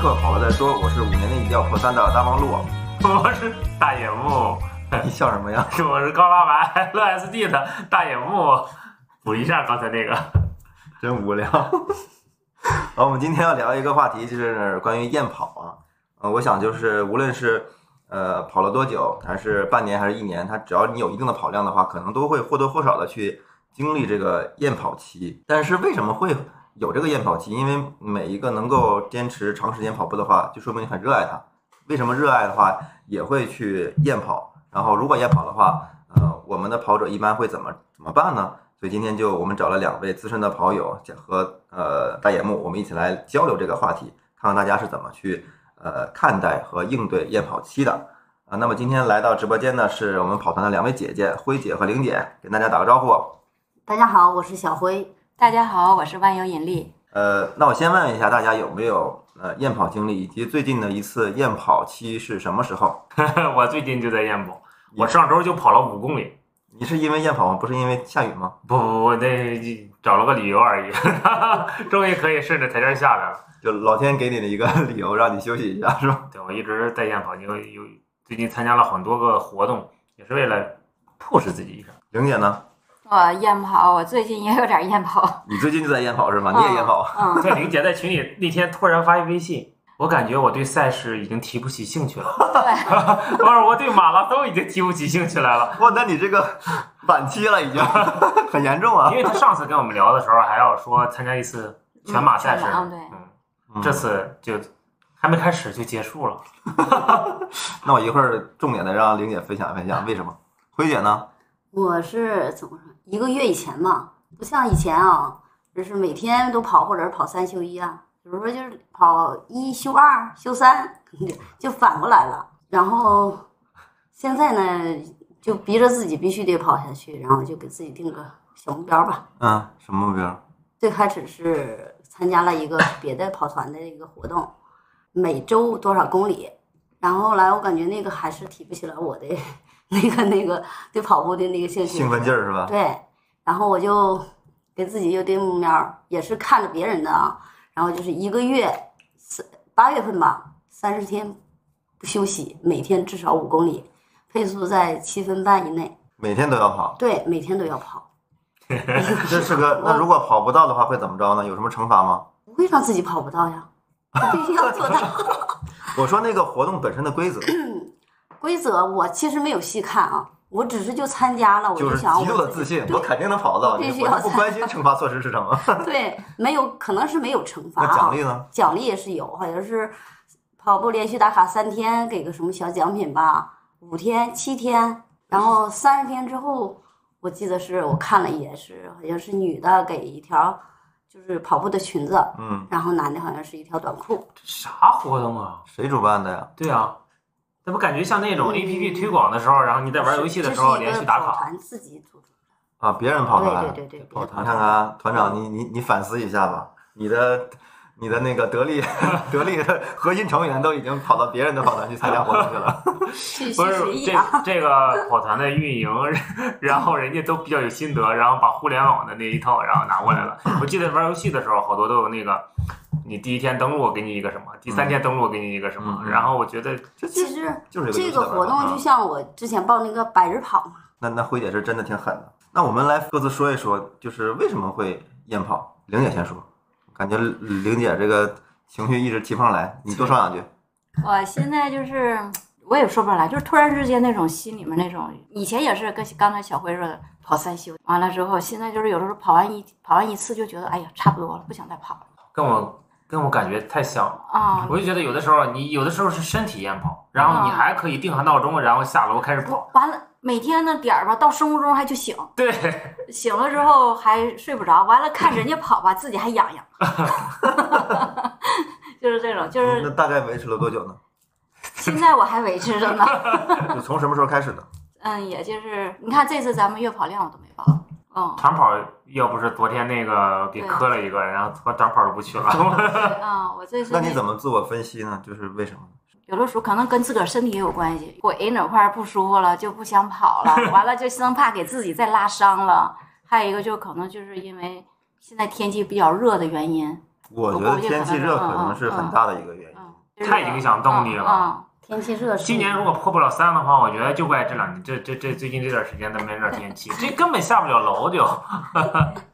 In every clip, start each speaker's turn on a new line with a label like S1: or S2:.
S1: 课好了再说。我是五年内一定要破三的大望路，啊
S2: 我是大野木，
S1: 你笑什么呀？
S2: 我是高拉白乐 SD 的大野木，补一下刚才那个。
S1: 真无聊。 好，我们今天要聊一个话题，就是关于验跑啊。呃，我想就是无论是呃跑了多久，还是半年还是一年，它只要你有一定的跑量的话，可能都会或多或少的去经历这个验跑期。但是为什么会有这个验跑期？因为每一个能够坚持长时间跑步的话，就说明你很热爱它。为什么热爱的话也会去验跑？然后如果验跑的话，呃，我们的跑者一般会怎么怎么办呢？所以今天就我们找了两位资深的跑友和呃大野木，我们一起来交流这个话题，看看大家是怎么去呃看待和应对验跑期的啊、那么今天来到直播间呢，是我们跑团的两位姐姐辉姐和玲姐，跟大家打个招呼。
S3: 大家好，我是小辉。
S4: 大家好，我是万有引力。
S1: 呃，那我先问一下大家有没有呃验跑经历，以及最近的一次验跑期是什么时候？
S2: 我最近就在燕跑，我上周就跑了五公里。
S1: 你是因为验跑吗？不是因为下雨吗？
S2: 不不不，那找了个理由而已。 终于可以顺着台阶下来了。
S1: 就老天给你的一个 理由，让你休息一下，是吧？
S2: 对，我一直在燕跑，有有最近参加了很多个活动，也是为了 push 自己一下。
S1: 玲姐呢？
S4: 我验跑，我最近也有点验跑。
S1: 你最近就在验跑是啊吗？你也验跑？
S4: 嗯，
S2: 对，玲姐在群里那天突然发一微信，我感觉我对赛事已经提不起兴趣了。
S4: 对，
S2: 我说我对马拉松已经提不起兴趣来了，
S1: 哇，那你这个晚期了已经，很严重啊
S2: 因！为她上次跟我们聊的时候还要说参加一次全马赛事，
S4: 嗯全马对
S2: 嗯，这次就还没开始就结束了。
S1: 那我一会儿重点的让玲姐分享分享为什么。辉姐呢？
S3: 我是怎么说？一个月以前嘛，不像以前啊，就是每天都跑，或者是跑三休一啊。比如说就是跑一休二休三，就反过来了。然后现在呢，就逼着自己必须得跑下去，然后就给自己定个小目标吧。
S1: 嗯，什么目标？
S3: 最开始是参加了一个别的跑团的一个活动，每周多少公里，然后后来我感觉那个还是提不起来我的那个那个对跑步的那个兴趣，
S1: 兴奋劲儿是吧？
S3: 对，然后我就给自己又定目标，也是看着别人的啊，然后就是一个月四八月份吧，三十天不休息，每天至少五公里，配速在七分半以内，
S1: 每天都要 跑，
S3: 对，每天都要跑。
S1: 这是个。那如果跑不到的话会怎么着呢？有什么惩罚吗？
S3: 不会让自己跑不到呀，必须要做到。
S1: 我说那个活动本身的规则，
S3: 规则我其实没有细看啊，我只是就参加了，我
S1: 就是
S3: 想
S1: 极度
S3: 我
S1: 的
S3: 自
S1: 自
S3: 己
S1: 信，我肯定能跑到。
S3: 我必须
S1: 我
S3: 要啊
S1: 就不关心惩罚措施是什 么，
S3: 对，没有可能是没有惩罚、
S1: 那
S3: 啊，
S1: 奖励呢？
S3: 奖励也是有，好像是跑步连续打卡三天给个什么小奖品吧，五天、七天，然后三十天之后，我记得是我看了也是，好像是女的给一条就是跑步的裙子，
S1: 嗯，
S3: 然后男的好像是一条短裤，
S2: 这啥活动啊？
S1: 谁主办的呀？
S2: 对啊，怎么感觉像那种
S3: 嗯
S2: A P P 推广的时候，然后你在玩游戏的时候
S3: 这是一
S2: 连
S3: 个
S2: 续打
S3: 跑
S2: 卡？
S3: 团自己组织，
S1: 啊，别人跑出来
S3: 对
S1: 了。
S3: 对对对，
S2: 跑
S3: 别的
S1: 你
S2: 团
S1: 看看团长，你你你反思一下吧，你的你的那个得力 得力的核心成员都已经跑到别人的跑团去参加活动去了。
S3: 去
S2: 不
S3: 去
S2: 是
S3: 学艺
S2: 这
S3: 啊。
S2: 这个跑团的运营， 然后人家都比较有心得，然后把互联网的那一套然后拿过来了。我记得玩游戏的时候，好多都有那个，你第一天登录给你一个什么，第三天登录给你一个什么，
S1: 嗯嗯
S2: 然后我觉得
S1: 这
S3: 其实
S1: 就是
S3: 这
S1: 游戏的
S3: 个
S1: 玩
S3: 活
S1: 法
S3: 动
S1: 啊
S3: 就像我之前报那个百日跑嘛，
S1: 那那辉姐是真的挺狠的。那我们来各自说一说，就是为什么会验跑？玲姐先说，感觉玲姐这个情绪一直提不上来，你多说两句。
S4: 我现在就是我也说不上来，就是突然之间那种心里面那种，以前也是跟刚才小辉说的跑三休，完了之后，现在就是有的时候跑完一跑完一次就觉得哎呀差不多了，不想再跑了
S2: 跟我跟我感觉太像了。
S4: 啊。
S2: 我就觉得有的时候你有的时候是身体验跑，然后你
S4: 啊
S2: 还可以定下闹钟，然后下楼开始跑。
S4: 完了，每天的点儿吧，到生物钟还就醒，
S2: 对，
S4: 醒了之后还睡不着，完了看人家跑吧，自己还 痒痒， 就是这种，就是
S1: 哦那大概维持了多久呢？
S4: 现在我还维持着呢。
S1: 就从什么时候开始的？
S4: 嗯，也就是你看这次咱们月跑量我都没报，嗯，
S2: 长跑要不是昨天那个给
S4: 对
S2: 磕了一个，然后短短跑都不去了。
S4: 啊、我这次
S1: 那你怎么自我分析呢？就是为什么？
S4: 有的时候可能跟自个儿身体也有关系，我 A 哪块儿不舒服了就不想跑了，完了就生怕给自己再拉伤了。还有一个就可能就是因为现在天气比较热的原因，
S1: 我觉
S4: 我
S1: 得
S4: 估计
S1: 天
S4: 可
S1: 气
S4: 能是
S1: 热
S4: 嗯
S1: 可能是
S4: 嗯
S1: 很
S4: 嗯
S1: 大的一个原因
S4: 嗯。就 是
S2: 太影响动力了
S4: 嗯
S3: 天气热，
S2: 今年如果破不了三的话，我觉得就怪这两年，这这这最近这段时间的闷热天气，这根本下不了楼就。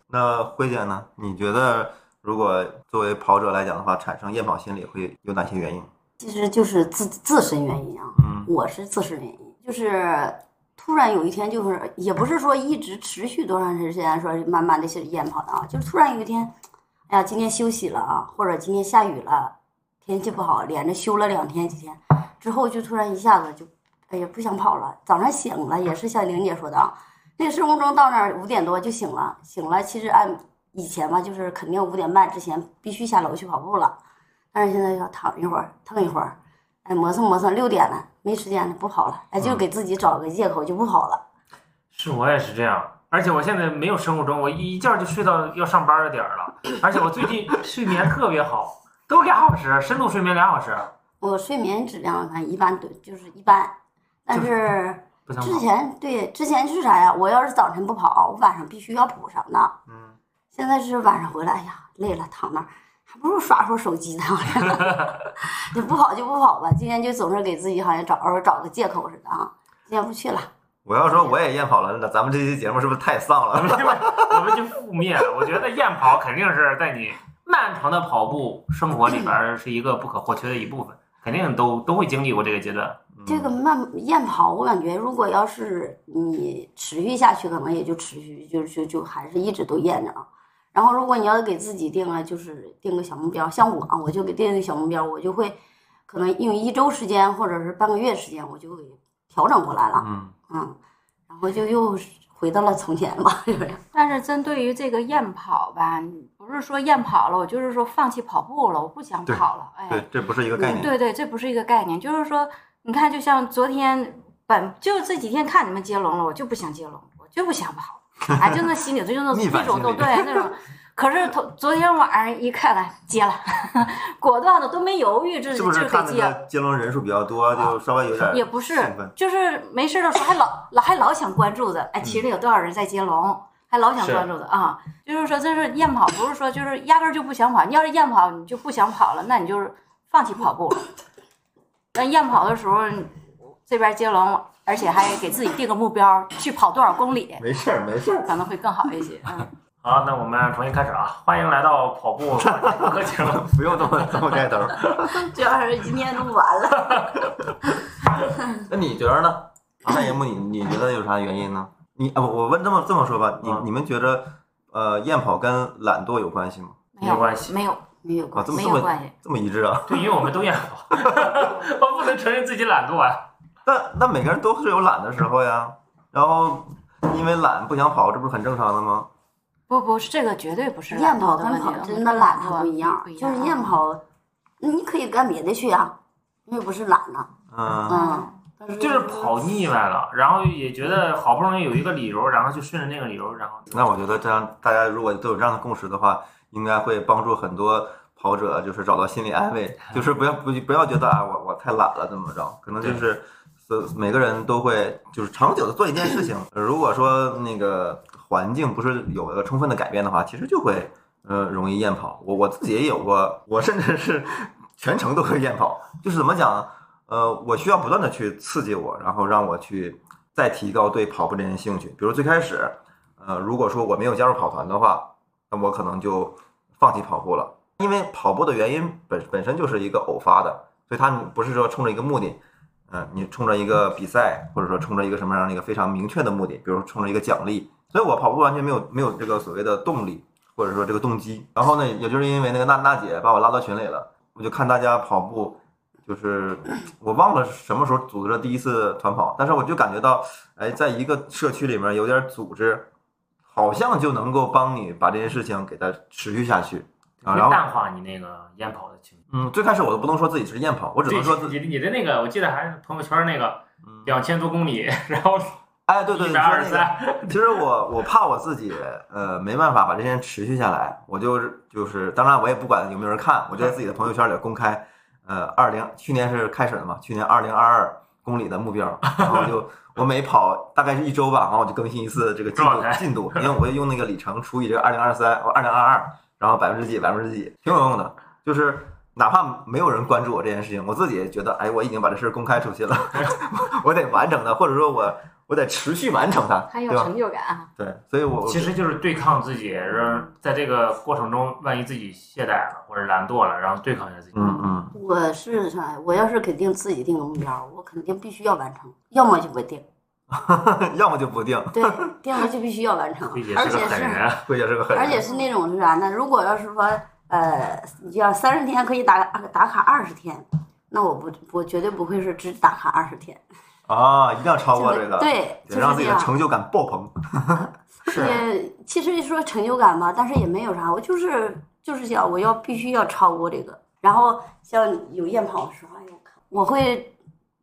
S1: 那辉姐呢？你觉得如果作为跑者来讲的话，产生厌跑心理会有哪些原因？
S3: 其实就是自自身原因啊，
S1: 嗯
S3: 我是自身原因，就是突然有一天，就是也不是说一直持续多长时间，说慢慢的是厌跑的啊，就是突然有一天，哎呀，今天休息了啊，或者今天下雨了，天气不好，连着休了两天几天之后，就突然一下子就，哎呀，不想跑了。早上醒了也是像玲姐说的啊，那个生物钟到那儿五点多就醒了，醒了其实按以前吧，就是肯定五点半之前必须下楼去跑步了，但是现在要躺一会儿，腾一会儿。哎，磨蹭磨蹭，六点了，没时间了，不跑了，哎，就给自己找个借口就不跑了。
S2: 是我也是这样，而且我现在没有生物钟，我一觉就睡到要上班的点儿了，而且我最近睡眠特别好，都俩小时，深度睡眠俩小时，
S3: 我睡眠质量反正一般，对，就是一般。但是
S2: 不想
S3: 之
S2: 跑。
S3: 前对之前是啥呀？我要是早晨不跑，我晚上必须要补上的。
S1: 嗯，
S3: 现在是晚上回来，哎呀，累了，躺那儿，还不如刷会儿手机呢。你不跑 就不跑吧，今天就总是给自己好像找找个借口似的啊，今天不去了。
S1: 我要说我也厌跑了，那咱们这期节目是不是太丧
S2: 我
S1: 了？
S2: 们这边我们就负面了，我觉得厌跑肯定是在你漫长的跑步生活里边儿是一个不可或缺的一部分，肯定都都会经历过这个阶段。
S3: 这个慢验跑，我感觉如果要是你持续下去，可能也就持续就就就还是一直都验着啊。然后如果你要给自己定了，就是定个小目标，像我啊，我就给定个小目标，我就会可能用一周时间或者是半个月时间，我就给调整过来了，
S1: 嗯，
S3: 嗯，然后就又回到了从前吧，就是
S4: 但是针对于这个厌跑吧，你不是说厌跑了，我就是说放弃跑步了，我不想
S1: 对
S4: 跑了，哎，
S1: 对，这不是一个概念。
S4: 对对，这不是一个概念，就是说，你看，就像昨天本就这几天看你们接龙了，我就不想接龙，我就不想跑，哎，就那心里就那
S1: 逆
S4: 那
S1: 反
S4: 种
S1: 心
S4: 都
S1: 理
S4: 对 那种。可是头昨天晚上一看呢，接了， 果断的都没犹豫，这
S1: 是
S4: 就
S1: 不是
S4: 给
S1: 看那
S4: 接了。
S1: 个接龙人数比较多，就稍微有点
S4: 也不是
S1: 呃兴奋，
S4: 就是没事的时候还老老还老想关注的，哎，群
S1: 嗯
S4: 里有多少人在接龙，还老想
S2: 是
S4: 关注的啊。就是说，这是厌跑，不是说就是压根儿就不想跑。你要是厌跑，你就不想跑了，那你就是放弃跑步了。那厌跑的时候，这边接龙，而且还给自己定个目标，去跑多少公里，
S1: 没事儿没事儿。
S4: 可能会更好一些。嗯，
S2: 好，那我们重新开始啊！欢迎来到跑步播客节目。
S1: 不用这么这么开头。
S3: 主要是今天录完了。
S1: 那你觉得呢？那节目你你觉得有啥原因呢？你啊，我我问这么这么说吧，你
S2: 嗯
S1: 你们觉着呃厌跑跟懒惰有关系吗？
S4: 没
S2: 没关系
S4: 没有，
S3: 没有
S1: 啊，
S3: 关
S1: 这
S3: 系，
S1: 么
S4: 没
S1: 这
S4: 有
S1: 么
S4: 关系。
S1: 这么一致啊？
S2: 对，因为我们都厌跑， 我不能承认自己懒惰啊。
S1: 那那每个人都是有懒的时候呀，然后因为懒不想跑，这不是很正常的吗？
S4: 不不，是这个绝对不是
S3: 验跑
S4: 的
S3: 跟
S4: 问题
S3: 跑
S4: 了
S3: 真的懒它不
S4: 不
S3: 一样，就是
S4: 啊
S3: 验跑，你可以干别的去啊，那不是懒了，
S1: 嗯，
S3: 嗯，但是
S2: 就是跑腻歪了，然后也觉得好不容易有一个理由，然后就顺着那个理由，然后
S1: 那我觉得这样大家如果都有这样的共识的话，应该会帮助很多跑者，就是找到心理安慰，就是不要不不要觉得啊我我太懒了怎么着，可能就是。所每个人都会就是长久的做一件事情，如果说那个环境不是有一个充分的改变的话，其实就会呃容易厌跑。我我自己也有过，我甚至是全程都会厌跑。就是怎么讲呢，呃，我需要不断的去刺激我，然后让我去再提高对跑步这件兴趣。比如最开始，呃，如果说我没有加入跑团的话，那我可能就放弃跑步了，因为跑步的原因本本身就是一个偶发的，所以它不是说冲着一个目的，嗯、你冲着一个比赛，或者说冲着一个什么样的一个非常明确的目的，比如说冲着一个奖励，所以我跑步完全没有没有这个所谓的动力，或者说这个动机。然后呢，也就是因为那个娜娜姐把我拉到群里了，我就看大家跑步。就是我忘了什么时候组织了第一次团跑，但是我就感觉到，哎，在一个社区里面有点组织，好像就能够帮你把这件事情给它持续下去啊。
S2: 会
S1: 然后，
S2: 淡化你那个厌跑的情绪。
S1: 嗯，最开始我都不能说自己是厌跑，我只能说自己，
S2: 你你的那个，我记得还是朋友圈那个
S1: 嗯
S2: 两千多公里， 然后
S1: 哎，对对
S2: 一
S1: 对，
S2: 百二
S1: 就
S2: 十
S1: 是那个。
S2: 三，
S1: 其实我我怕我自己，呃，没办法把这件事持续下来，我就是就是，当然我也不管有没有人看，我就在自己的朋友圈里公开，呃，二零去年是开始的嘛，去年二零二二公里的目标，然后就我每跑大概是一周吧，然后我就更新一次这个进
S2: 状
S1: 度
S2: 态
S1: 进度，因为我会用那个里程除以这个二零二三，我二零二二，然后百分之几百分之几，挺有用的，就是哪怕没有人关注我这件事情，我自己也觉得，哎，我已经把这事儿公开出去了， 我得完成它，或者说我我得持续完成它，
S4: 很
S1: 对
S4: 有
S1: 吧？
S4: 成就感啊。
S1: 对，所以我
S2: 其实就是对抗自己，让在这个过程中，万一自己懈怠了或者懒惰了，然后对抗一下自己。
S1: 嗯 嗯，
S3: 我是啥？我要是给定自己定个目标，我肯定必须要完成，要么就不定。
S1: 要么就不定，
S3: 对，定了就必须要完成，
S2: 慧姐
S3: 而
S2: 是
S3: 且
S2: 个狠
S3: 是
S2: 人，啊
S1: 慧姐是个狠人，
S3: 而且是那种是啥呢？如果要是说呃，你要三十天可以打打卡二十天，那我不我绝对不会是只打卡二十天，
S1: 啊，一定要超
S3: 就
S1: 过
S3: 是
S1: 这个，
S3: 对，
S1: 得
S3: 就是
S1: 让自
S3: 这
S1: 己的
S3: 样。
S1: 成就感爆棚。
S3: 也其实说成就感吧，但是也没有啥，我就是就是想我要必须要超过这个。然后像有夜跑的时候，哎呦我靠，我会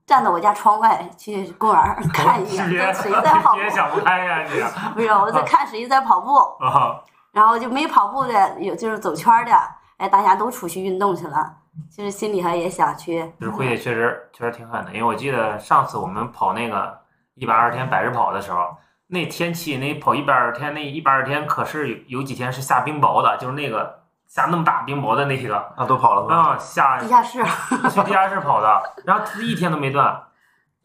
S3: 站到我家窗外去公园儿 看一眼，
S2: 别
S3: 看 谁在跑
S2: 别
S3: 步。
S2: 想不开呀你啊
S3: 不是，我在看谁在跑步，
S2: 啊！
S3: 然后就没跑步的，有就是走圈儿的，哎，大家都出去运动去了，就是心里还也想去。
S2: 就是慧姐确实确实挺狠的，因为我记得上次我们跑那个一百二十天百日跑的时候，那天气那跑一百二十天那一百二十天可是有有几天是下冰雹的，就是那个下那么大冰雹的那个
S1: 啊，都跑了吗？
S2: 啊下
S3: 地下室，
S2: 去地下室跑的，然后一天都没断，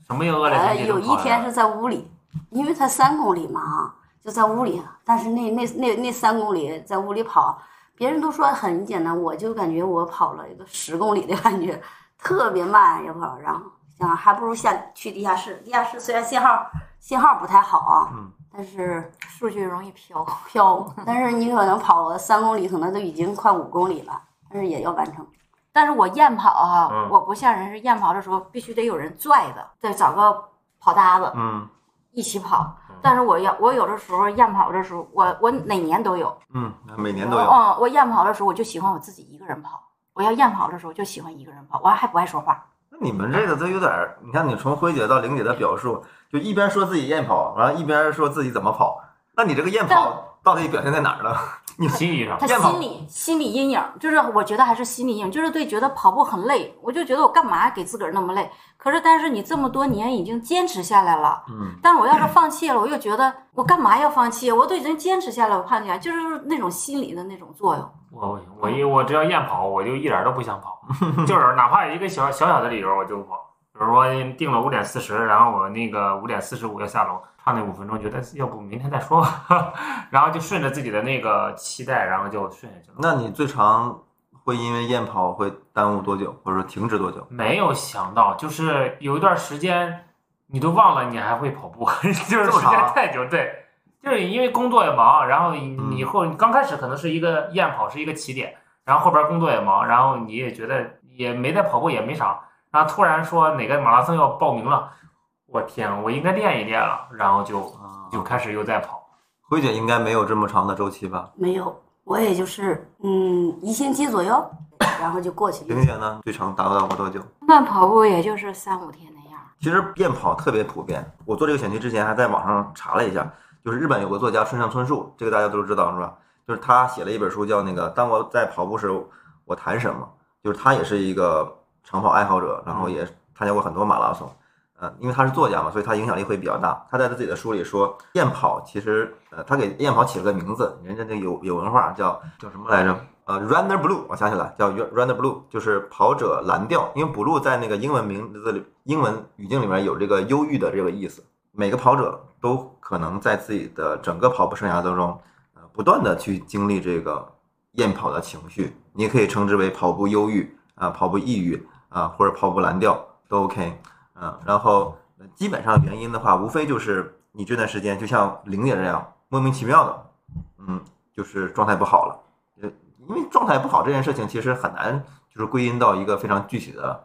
S2: 什么恶劣
S3: 呃，
S2: 天气都
S3: 有
S2: 跑
S3: 一
S2: 的
S3: 天是在屋里，因为才三公里嘛，啊就在屋里。啊但是那那那那三公里在屋里跑，别人都说很简单，我就感觉我跑了一个十公里的感觉，特别慢啊也跑。然后想还不如下去地下室，地下室虽然信号信号不太好啊，
S1: 嗯
S3: 但是
S4: 数据容易飘，
S3: 飘，但是你可能跑个三公里，可能都已经快五公里了，但是也要完成。
S4: 但是我验跑哈、
S2: 嗯
S4: 我不像人是验跑的时候必须得有人拽着，得找个跑搭子
S1: 嗯
S4: 一起跑
S2: 嗯。
S4: 但是我要我有的时候验跑的时候，我我哪年都有，
S1: 嗯，每年
S3: 哦
S1: 都有，
S4: 嗯，我验跑的时候我就喜欢我自己一个人跑。我要验跑的时候就喜欢一个人跑，我还不爱说话。
S1: 那你们这个都有点儿，你看你从辉姐到玲姐的表述，就一边说自己验跑，然后一边说自己怎么跑，那你这个验跑到底表现在哪儿了？
S2: 心理上
S4: 他
S1: 验跑
S4: 心理心理阴影，就是我觉得还是心理阴影，就是对觉得跑步很累，我就觉得我干嘛给自个儿那么累？可是但是你这么多年已经坚持下来了，
S1: 嗯，
S4: 但是我要是放弃了，我又觉得我干嘛要放弃？我都已经坚持下来，我判断就是那种心理的那种作用。
S2: 我不行，我一我只要验跑，我就一点儿都不想跑， 就是哪怕有一个小小小的理由，我就不跑。比如说定了五点四十，然后我那个五点四十五要下楼，差那五分钟，觉得要不明天再说吧， 然后就顺着自己的那个期待，然后就顺下去了。
S1: 那你最长会因为验跑会耽误多久，或者说停止多久？
S2: 没有想到，就是有一段时间，你都忘了你还会跑步， 就是时间太久，对，就是因为工作也忙，然后你以后你刚开始可能是一个验跑是一个起点，然后后边工作也忙，然后你也觉得也没在跑步也没啥，然后突然说哪个马拉松要报名了，我天，我应该练一练了，然后就
S1: 啊，
S2: 就开始又在跑，
S1: 辉姐应该没有这么长的周期吧？
S3: 没有，我也就是嗯一星期左右，然后就过去了
S1: 玲。姐呢，最长达到过多久？
S4: 慢跑步也就是三五天那样。
S1: 其实验跑特别普遍。我做这个选题之前还在网上查了一下，就是日本有个作家村上春树，这个大家都知道是吧？就是他写了一本书叫那个《当我在跑步时，我谈什么》，就是他也是一个长跑爱好者，然后也参加过很多马拉松。呃，因为他是作家嘛，所以他影响力会比较大。他在他自己的书里说，验跑其实，呃，他给验跑起了个名字，人家那有有文化叫叫什么来着？呃，runner blue，我想起来叫 runner blue，就是跑者蓝调，因为 blue 在那个英文名字里，英文语境里面有这个忧郁的这个意思。每个跑者都可能在自己的整个跑步生涯当中，呃，不断的去经历这个厌跑的情绪，你也可以称之为跑步忧郁啊、跑步抑郁啊、或者跑步蓝调都 OK。嗯，然后呃基本上原因的话，无非就是你这段时间就像玲姐这样莫名其妙的，嗯，就是状态不好了。呃，因为状态不好这件事情，其实很难就是归因到一个非常具体的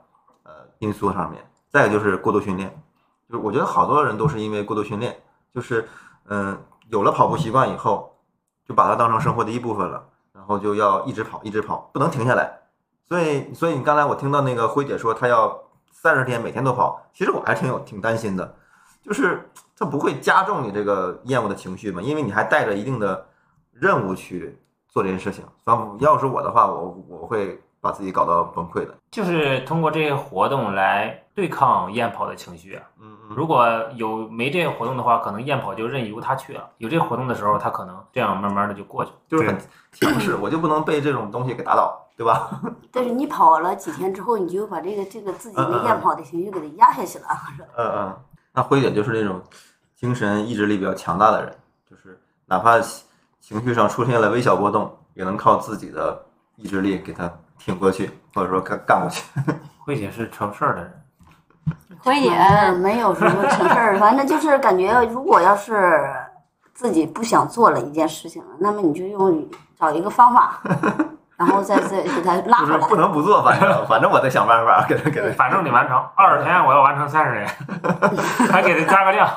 S1: 呃因素上面。再有就是过度训练，就是我觉得好多人都是因为过度训练，就是嗯、有了跑步习惯以后，就把它当成生活的一部分了，然后就要一直跑，一直跑，不能停下来。所以，所以你刚才我听到那个辉姐说她要三十天每天都跑，其实我还挺有挺担心的，就是它不会加重你这个厌恶的情绪嘛？因为你还带着一定的任务去做这件事情。反正要是我的话，我我会把自己搞到崩溃的。
S2: 就是通过这些活动来对抗验跑的情绪啊。
S1: 嗯嗯，
S2: 如果有没这个活动的话，可能验跑就任由他去了。有这个活动的时候，他可能这样慢慢的就过去了。
S1: 就是很强势，我就不能被这种东西给打倒，对吧？
S3: 但是你跑了几天之后，你就把这个这个自己的厌跑的情绪给它压下去了。
S1: 嗯嗯。那辉姐就是那种精神意志力比较强大的人，就是哪怕情绪上出现了微小波动，也能靠自己的意志力给他挺过去，或者说干干过去。
S2: 慧姐是成事儿的人，
S4: 辉姐
S3: 也没有什么成事儿，反正就是感觉，如果要是自己不想做了一件事情了，那么你就用找一个 方法，然后再再给它拉
S1: 就
S3: 回
S1: 是
S3: 来
S1: 不。能不做，反 正反正我在想办法给他给他。
S2: 反正得完成二十天，我要完成三十天， 还给他加个量。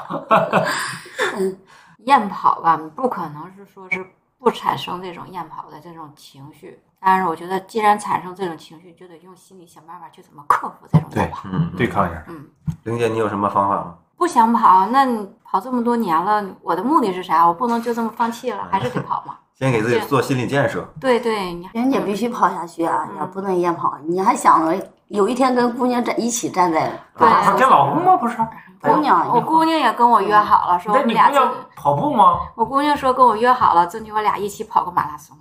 S4: 验跑吧，不可能是说是不产生这种验跑的这种情绪。但是我觉得，既然产生这种情绪，就得用心理想办法去怎么克服这种
S2: 对
S4: 验跑。
S1: 嗯，
S2: 对抗一下，
S4: 嗯，
S1: 玲姐，你有什么方法吗？
S4: 不想跑，那你跑这么多年了，我的目的是啥？我不能就这么放弃
S2: 啊
S4: 了，还是得跑嘛。
S1: 先给自己做心理建设。
S4: 对对，你
S3: 人姐必须跑下去啊，
S1: 嗯
S3: 也不能厌跑。你还想着有一天跟姑娘站一起站在跑
S4: 对
S2: 啊这老公吗？不是，
S3: 姑娘，
S4: 我姑娘也跟我约好了，说
S2: 嗯
S4: 我
S2: 那
S4: 们
S2: 你
S4: 俩
S2: 姑
S4: 就
S2: 娘跑步吗？
S4: 我姑娘说跟我约好了，争取我俩一起跑个马拉 松。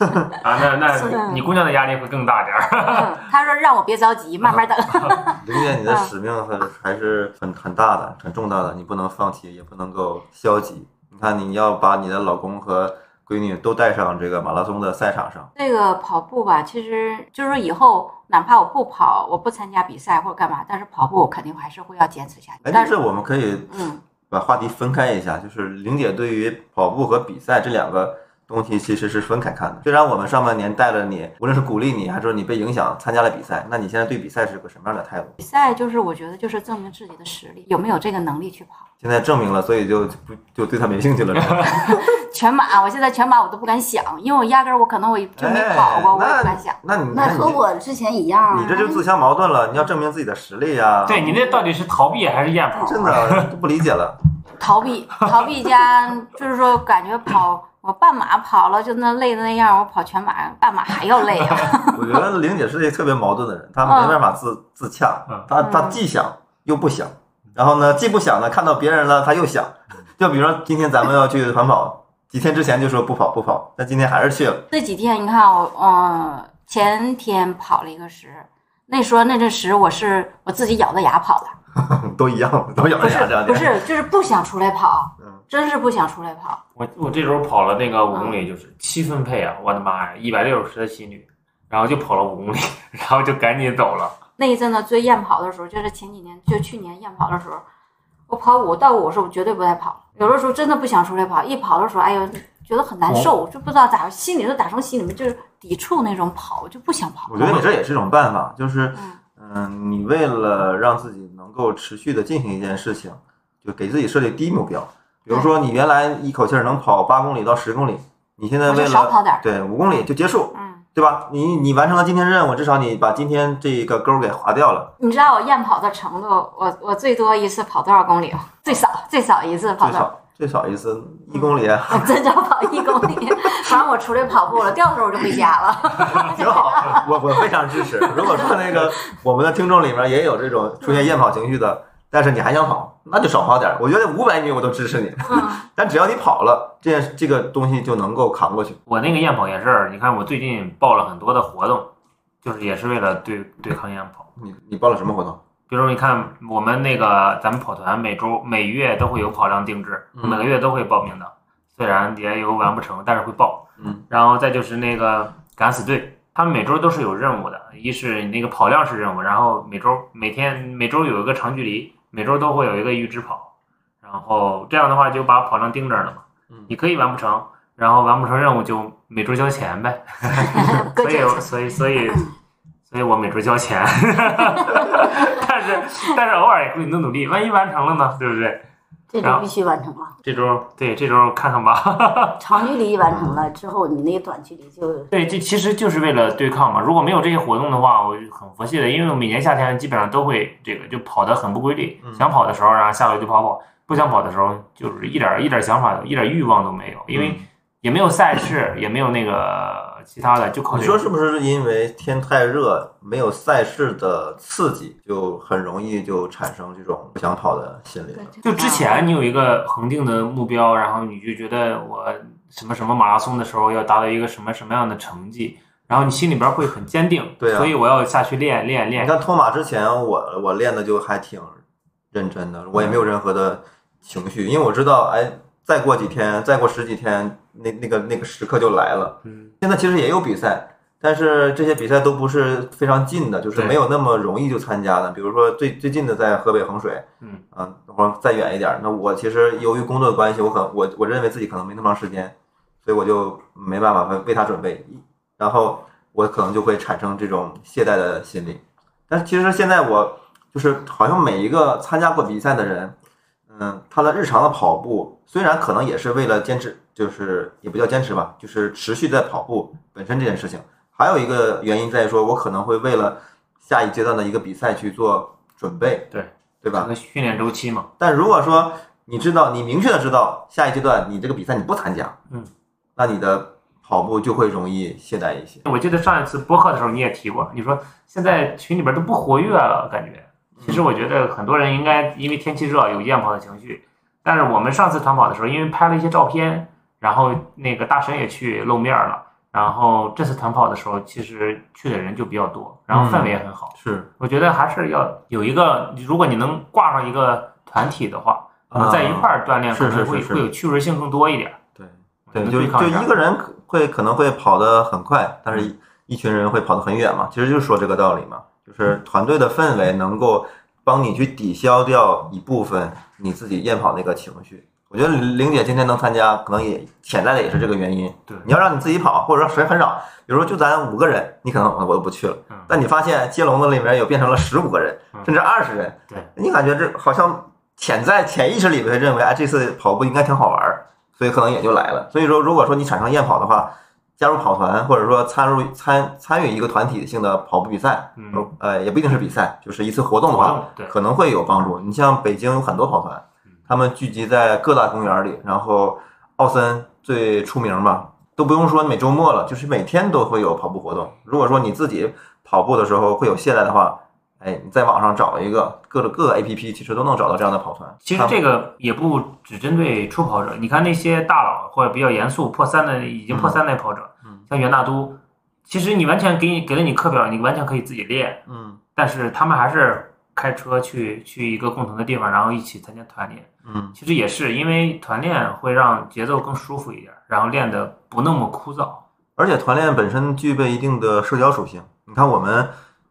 S2: 啊，那
S3: 是
S2: 那
S4: 的
S2: 你姑娘的压力会更大点儿。
S4: 她说让我别着急，慢 慢等。
S3: 嗯
S1: 玲姐，你的使命还还是很很大的、很重大的，你不能放弃，也不能够消极。你看，你要把你的老公和闺女都带上这个马拉松的赛场上。
S4: 这个跑步吧，其实就是说以后哪怕我不跑，我不参加比赛或者干嘛，但是跑步我肯定还是会要坚持下去。
S1: 哎，
S4: 但
S1: 但
S4: 是
S1: 是我们可以
S4: 嗯，
S1: 把话题分开一下，就是玲姐对于跑步和比赛这两个东西其实是分开看的。虽然我们上半年带了你，无论是鼓励你，还是说你被影响参加了比赛，那你现在对比赛是个什么样的态度？
S4: 比赛就是我觉得就是证明自己的实力，有没有这个能力去跑
S1: 现在证明了，所以就就不就对他没兴趣了。是吧
S4: 全马。我现在全马我都不敢想，因为我压根儿我可能我就没跑过，我也不敢想。
S1: 哎那那你
S3: 那
S1: 你
S3: 和我之前一样啊。
S1: 你这就自相矛盾了，你要证明自己的实力呀、
S2: 对你那到底是逃避还是验跑？
S1: 真的都不理解了。
S4: 逃避，逃避加就是说感觉跑。我半马跑了就那累的那样，我跑全马半马还要累 啊！
S1: 我觉得玲姐是一个特别矛盾的人，她
S4: 嗯
S1: 没办法自、自洽
S2: 嗯，
S1: 她她既想又不想，然后呢既不想呢看到别人了，她又想。就比如说今天咱们要去环保，几天之前就说不跑不跑，但今天还是去了。
S4: 这几天你看我，嗯，前天跑了一个十，那说那阵十我是我自己咬着牙跑的，
S1: 都一样，都咬着牙这样
S4: 不
S1: 点。
S4: 是，就是不想出来跑
S1: 嗯，
S4: 真是不想出来跑。
S2: 我我这周跑了那个五公里，就是七分配啊！我的妈呀，一百六十的心率，然后就跑了五公里，然后就赶紧走了。
S4: 那一阵子最厌跑的时候，就是前几年，就去年厌跑的时候，我跑五到五是我绝对不带跑，有的时候真的不想出来跑，一跑的时候，哎呦，觉得很难受，就不知道咋，心里头打从心里面就是抵触那种跑，就不想跑
S1: 我。觉得你这也是一种办法，就是
S4: 嗯
S1: 嗯、你为了让自己能够持续的进行一件事情，就给自己设定低目标。比
S4: 嗯
S1: 如说，你原来一口气儿能跑八公里到十公里，你现在
S4: 我
S1: 为
S4: 就少
S1: 了
S4: 跑点儿。
S1: 对五公里就结束，
S4: 嗯，
S1: 对吧？你你完成了今天任务，至少你把今天这个勾儿给划掉了，
S4: 你知道我厌跑的程度，我我最多一次跑多少公里吗？最少最少一次跑
S1: 最
S4: 多少？
S1: 少最少一次一公里，
S4: 我真叫跑一公里，反正我出来跑步了，掉头我就回家了。
S1: 挺好。我我非常支持。如果说那个我们的听众里面也有这种出现厌跑情绪的，但是你还想跑，那就少跑点儿。我觉得五百米我都支持你，
S4: 嗯。
S1: 但只要你跑了，这件这个东西就能够扛过去。
S2: 我那个验跑也是，你看我最近报了很多的活动，就是也是为了对对抗验跑。
S1: 你你报了什么活动？
S2: 比如你看我们那个咱们跑团每周每月都会有跑量定制，
S1: 嗯
S2: 每个月都会报名的，虽然也有完不成，但是会报。
S1: 嗯，
S2: 然后再就是那个敢死队，他们每周都是有任务的，一是你那个跑量是任务，然后每周每天每周有一个长距离，每周都会有一个阈值跑，然后这样的话就把跑量定这儿了嘛
S1: 嗯。
S2: 你可以完不成，然后完不成任务就每周交钱呗。
S4: 搁
S2: 所以
S4: 浅
S2: 我，所以，所以， 所以我每周交钱， 但是，但是偶尔也会努努力，万一完成了呢，对不对？
S3: 这
S2: 然
S3: 周
S2: 后
S3: 必须完成了，
S2: 这周对这周看看吧。
S3: 长距离完成了之后，你那个短距离就
S2: 对，这其实就是为了对抗嘛。如果没有这些活动的话，我就很佛系的，因为我每年夏天基本上都会这个就跑得很不规律，
S1: 嗯
S2: 想跑的时候然后下楼就跑跑，不想跑的时候
S1: 嗯
S2: 就是一点儿一点儿想法都一点儿欲望都没有，因为也没有赛事，也没有那个了，其他的就考
S1: 你
S2: 虑。
S1: 说是不是因为天太热，没有赛事的刺激，就很容易就产生这种不想跑的心理了？
S2: 就之
S1: 哦
S2: 前你有一个恒定的目标，然后你就觉得我什么什么马拉松的时候要达到一个什么什么样的成绩，然后你心里边会很坚定，
S1: 对啊
S2: 所以我要下去练练
S1: 你
S2: 练。
S1: 看托马之前我，我练的就还挺认真的，我也没有任何的情绪，因为我知道，哎，再过几天，再过十几天，那那个那个时刻就来了。
S2: 嗯，
S1: 现在其实也有比赛，但是这些比赛都不是非常近的，就是
S2: 对
S1: 没有那么容易就参加的。比如说最最近的在河北衡水，
S2: 嗯
S1: 啊，或者再远一点儿，那我其实由于工作的关系，我可我我认为自己可能没那么长时间，所以我就没办法为为他准备，然后我可能就会产生这种懈怠的心理。但是其实现在我就是好像每一个参加过比赛的人，嗯，他的日常的跑步虽然可能也是为了坚持，就是也不叫坚持吧，就是持续在跑步本身这件事情，还有一个原因在于说我可能会为了下一阶段的一个比赛去做准备，
S2: 对
S1: 对吧
S2: 整？个训练周期嘛，
S1: 但如果说你知道，你明确的知道下一阶段你这个比赛你不参加，
S2: 嗯，
S1: 那你的跑步就会容易懈怠一些。
S2: 我记得上一次播客的时候你也提过，你说现在群里边都不活跃了，感觉。
S1: 嗯
S2: 其实我觉得很多人应该因为天气热有厌跑的情绪，但是我们上次团跑的时候，因为拍了一些照片，然后那个大神也去露面了，然后这次团跑的时候，其实去的人就比较多，然后氛围也很好。
S1: 是，
S2: 我觉得还是要有一个，如果你能挂上一个团体的话，我们在一块儿锻炼，
S1: 啊
S2: 可
S1: 是
S2: 能
S1: 是
S2: 会
S1: 是是
S2: 会有趣味性更多一点。
S1: 对
S2: 我觉
S1: 对，
S2: 得
S1: 就
S2: 对抗
S1: 就
S2: 感
S1: 一个嗯人可会可能会跑得很快，但是一一群人会跑得很远嘛，其实就是说这个道理嘛，就是团队的氛围能够帮你去抵消掉一部分你自己厌跑那个情绪。我觉得玲姐今天能参加，可能也潜在的也是这个原因。
S2: 对
S1: 你要让你自己跑，或者说谁很少，比如说就咱五个人，你可能我都不去了。
S2: 嗯
S1: 但你发现接龙的里面有变成了十五个人
S2: 嗯，
S1: 甚至二十人，
S2: 对
S1: 你感觉这好像潜在潜意识里边认为，哎，这次跑步应该挺好玩儿，所以可能也就来了。所以说，如果说你产生厌跑的话，加入跑团或者说参入参参与一个团体性的跑步比赛，
S2: 嗯
S1: 呃，也不一定是比赛，就是一次活动的
S2: 活
S1: 话
S2: 动，对
S1: 可能会有帮助。你像北京有很多跑团
S2: 嗯，
S1: 他们聚集在各大公园里，然后奥森最出名嘛，都不用说每周末了，就是每天都会有跑步活动。如果说你自己跑步的时候会有懈怠的话，哎，你在网上找一个各种各个 A P P，其实都能找到这样的跑团。
S2: 其实这个也不只针对初跑者，你看那些大佬或者比较严肃破三的，已经破三的跑者，
S1: 嗯
S2: 像袁大都，其实你完全给你给了你课表，你完全可以自己练，
S1: 嗯
S2: 但是他们还是开车去去一个共同的地方，然后一起参加团练。
S1: 嗯，
S2: 其实也是因为团练会让节奏更舒服一点，然后练得不那么枯燥。
S1: 而且团练本身具备一定的社交属性。你看，我们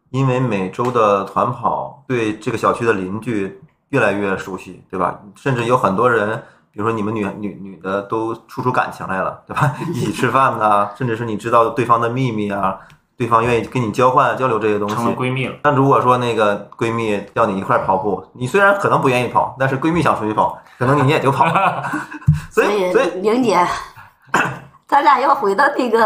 S1: 因为每周的团跑，对这个小区的邻居越来越熟悉，对吧？甚至有很多人，比如说你们女女女的都处出感情来了，对吧？ 一起吃饭呐、甚至是你知道对方的秘密啊，对方愿意跟你交换交流这些东西，
S2: 成了闺蜜了，
S1: 但如果说那个闺蜜叫你一块儿跑步，你虽然可能不愿意跑，但是闺蜜想出去跑，可能你也就跑。 所以，所以
S3: 玲姐，咱俩要回到那个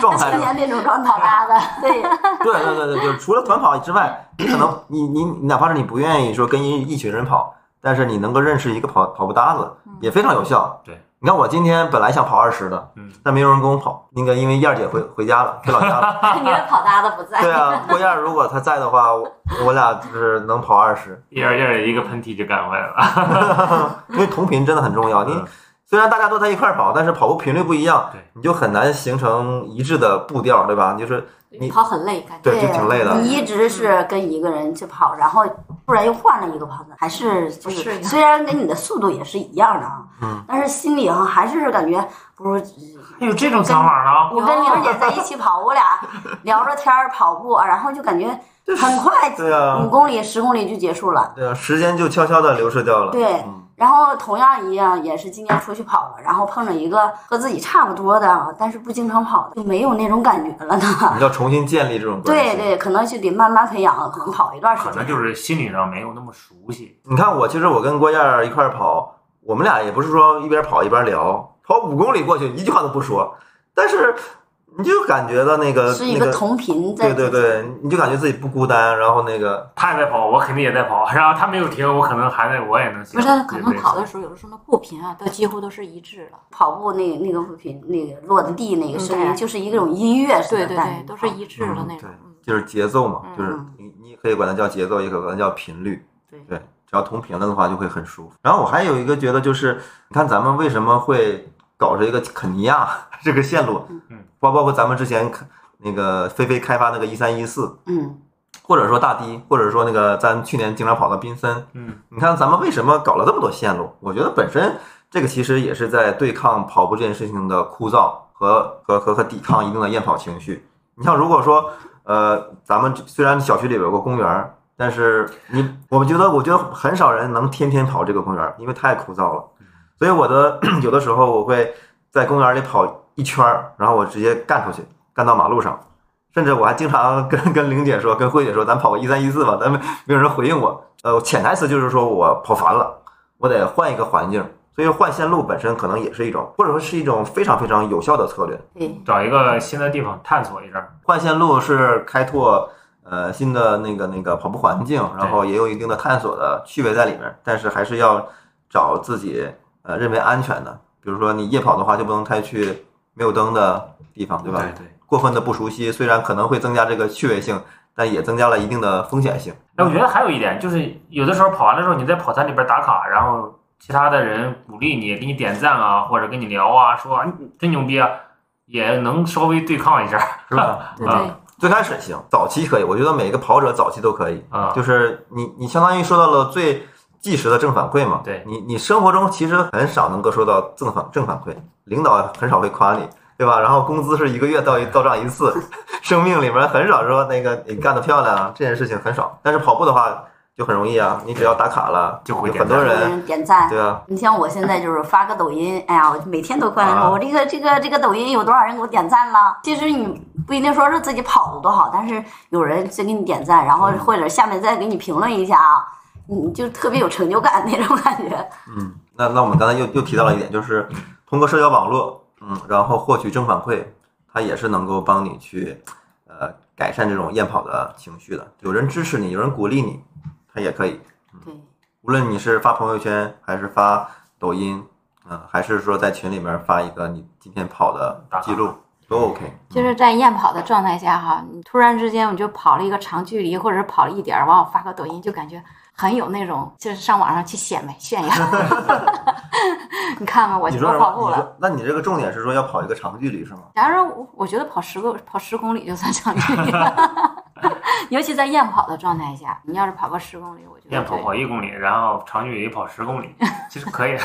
S1: 状态啊
S3: 去
S1: 中，
S3: 年那种状态拉的， 对，
S1: 对对对对，就是除了团跑之外，你可能你你你哪怕是你不愿意说跟一一群人跑，但是你能够认识一个跑跑步搭子，也非常有效。
S2: 对，
S1: 你看我今天本来想跑二十的，
S2: 嗯，
S1: 但没有人跟我跑，那个因为燕儿姐回回家了，回老家了。
S4: 你的跑搭子不在
S1: 对啊，郭燕儿如果她在的话，我我俩就是能跑二十。
S2: 一人一人一个喷嚏就赶回来了。
S1: 因为同频真的很重要。你
S2: 嗯
S1: 虽然大家都在一块儿跑，但是跑步频率不一样
S2: 对，
S1: 你就很难形成一致的步调，对吧？你就是你
S4: 跑很累，感觉
S1: 对，就挺累的。嗯
S3: 你一直是跟一个人去跑，然后突然又换了一个跑者，还是就
S4: 不适
S3: 是
S4: 应
S3: 虽然跟你的速度也是一样的啊，
S1: 嗯，
S3: 但是心里哈还是感觉不如
S2: 还哎有这种想法呢？
S3: 我跟玲姐在一起跑，我俩聊着天儿跑步，然后就感觉很快，
S1: 对啊
S3: 五公里、十公里就结束了。
S1: 对啊，时间就悄悄的流逝掉了。
S3: 对
S1: 嗯，
S3: 然后同样一样，也是今年出去跑了，然后碰着一个和自己差不多的，啊但是不经常跑的，就没有那种感觉了呢。
S1: 你要重新建立这种关系。
S3: 对对，可能就得慢慢培养，可能跑一段时
S2: 可能
S3: 间。
S2: 就是心理上没有那么熟悉。
S1: 你看我，其实我跟郭燕儿一块儿跑，我们俩也不是说一边跑一边聊，跑五公里过去一句话都不说，但是你就感觉到那个
S3: 是一
S1: 那
S3: 个同频在
S1: 对对对，你就感觉自己不孤单，然后那个
S2: 他也在跑，我肯定也在跑， 然后他没有停，我可能还在，我也能行。
S4: 不是，可能
S2: 对
S4: 跑的时候有的时候那步频啊，都几乎都是一致了。
S3: 跑步那个那个频那个落的地那个声
S4: 嗯
S3: 音，
S4: 对
S3: 就是一种音乐似
S4: 对
S3: 的
S4: 对
S3: 带
S4: 对，
S3: 你
S4: 都是
S3: 跑
S4: 一致的那种。嗯
S1: 就是节奏嘛，
S4: 嗯
S1: 就是你你可以管它叫节奏，也可以管它叫频率。
S3: 对
S1: 对，只要同频了的话就会很舒服。然后我还有一个觉得就是，你看咱们为什么会搞这一个肯尼亚 这个线路，
S2: 嗯，
S1: 包包括咱们之前那个菲菲开发那个一三一四，
S3: 嗯，
S1: 或者说大堤，或者说那个咱去年经常跑到缤纷，
S2: 嗯，
S1: 你看咱们为什么搞了这么多线路？我觉得本身这个其实也是在对抗跑步这件事情的枯燥和和和和抵抗一定的厌跑情绪。你像如果说呃，咱们虽然小区里边有个公园儿，但是你我觉得我觉得很少人能天天跑这个公园儿，因为太枯燥了。所以我的 有的时候我会在公园里跑一圈儿，然后我直接干出去，干到马路上。甚至我还经常跟跟玲姐说，跟慧姐说，咱跑个一三一四吧，咱们没有人回应我。呃，潜台词就是说我跑烦了，我得换一个环境。所以换线路本身可能也是一种，或者说是一种非常非常有效的策略。
S3: 对，
S2: 找一个新的地方探索一阵儿。
S1: 换线路是开拓呃新的那个那个跑步环境，然后也有一定的探索的趣味在里面，但是还是要找自己呃认为安全的。比如说你夜跑的话，就不能太去没有灯的地方，对吧？
S2: 对。
S1: 过分的不熟悉，虽然可能会增加这个趣味性，但也增加了一定的风险性。
S2: 哎，我觉得还有一点就是，有的时候跑完了之后，你在跑团里边打卡，然后其他的人鼓励你，给你点赞啊，或者跟你聊啊，说啊你真牛逼啊，也能稍微对抗一下，
S1: 是吧？
S4: 对
S2: 啊
S4: 对，
S1: 最开始行，早期可以，我觉得每个跑者早期都可以，
S2: 啊
S1: 就是你你相当于收到了最即时的正反馈嘛。
S2: 对
S1: 你你生活中其实很少能够收到正反正反馈，领导很少会夸你，对吧？然后工资是一个月到一到账一次， 生命里面很少说那个你干得漂亮啊，这件事情很少。但是跑步的话就很容易啊，你只要打卡了，
S2: 就会
S1: 有
S2: 点
S1: 很多
S3: 有
S1: 人
S3: 人点赞。
S1: 对啊，
S3: 你像我现在就是发个抖音，哎呀，我每天都关注、
S1: 啊
S3: 我这个这个这个抖音有多少人给我点赞了？其实你不一定说是自己跑的多好，但是有人真给你点赞，然后或者下面再给你评论一下啊，你就特别有成就感那种感觉。
S1: 嗯，那那我们刚才又又提到了一点，就是通过社交网络，嗯，然后获取正反馈，它也是能够帮你去呃改善这种厌跑的情绪的。有人支持你，有人鼓励你，它也可以。
S3: 对，
S1: 无论你是发朋友圈，还是发抖音，嗯、还是说在群里面发一个你今天跑的记录，都 OK。嗯
S4: 就是在验跑的状态下哈，你突然之间我就跑了一个长距离，或者是跑了一点儿，完我发个抖音，就感觉很有那种，就是上网上去显摆炫耀。 你看看我
S1: 你
S4: 我
S1: 说什
S4: 跑步
S1: 么？你
S4: 了。
S1: 说，那你这个重点是说要跑一个长距离是吗？
S4: 假如说我我觉得跑十个跑十公里就算长距离了， 尤其在验跑的状态下，你要是跑个十公里，我觉得
S2: 练跑跑一公里，然后长距离跑十公里， 其实 可以。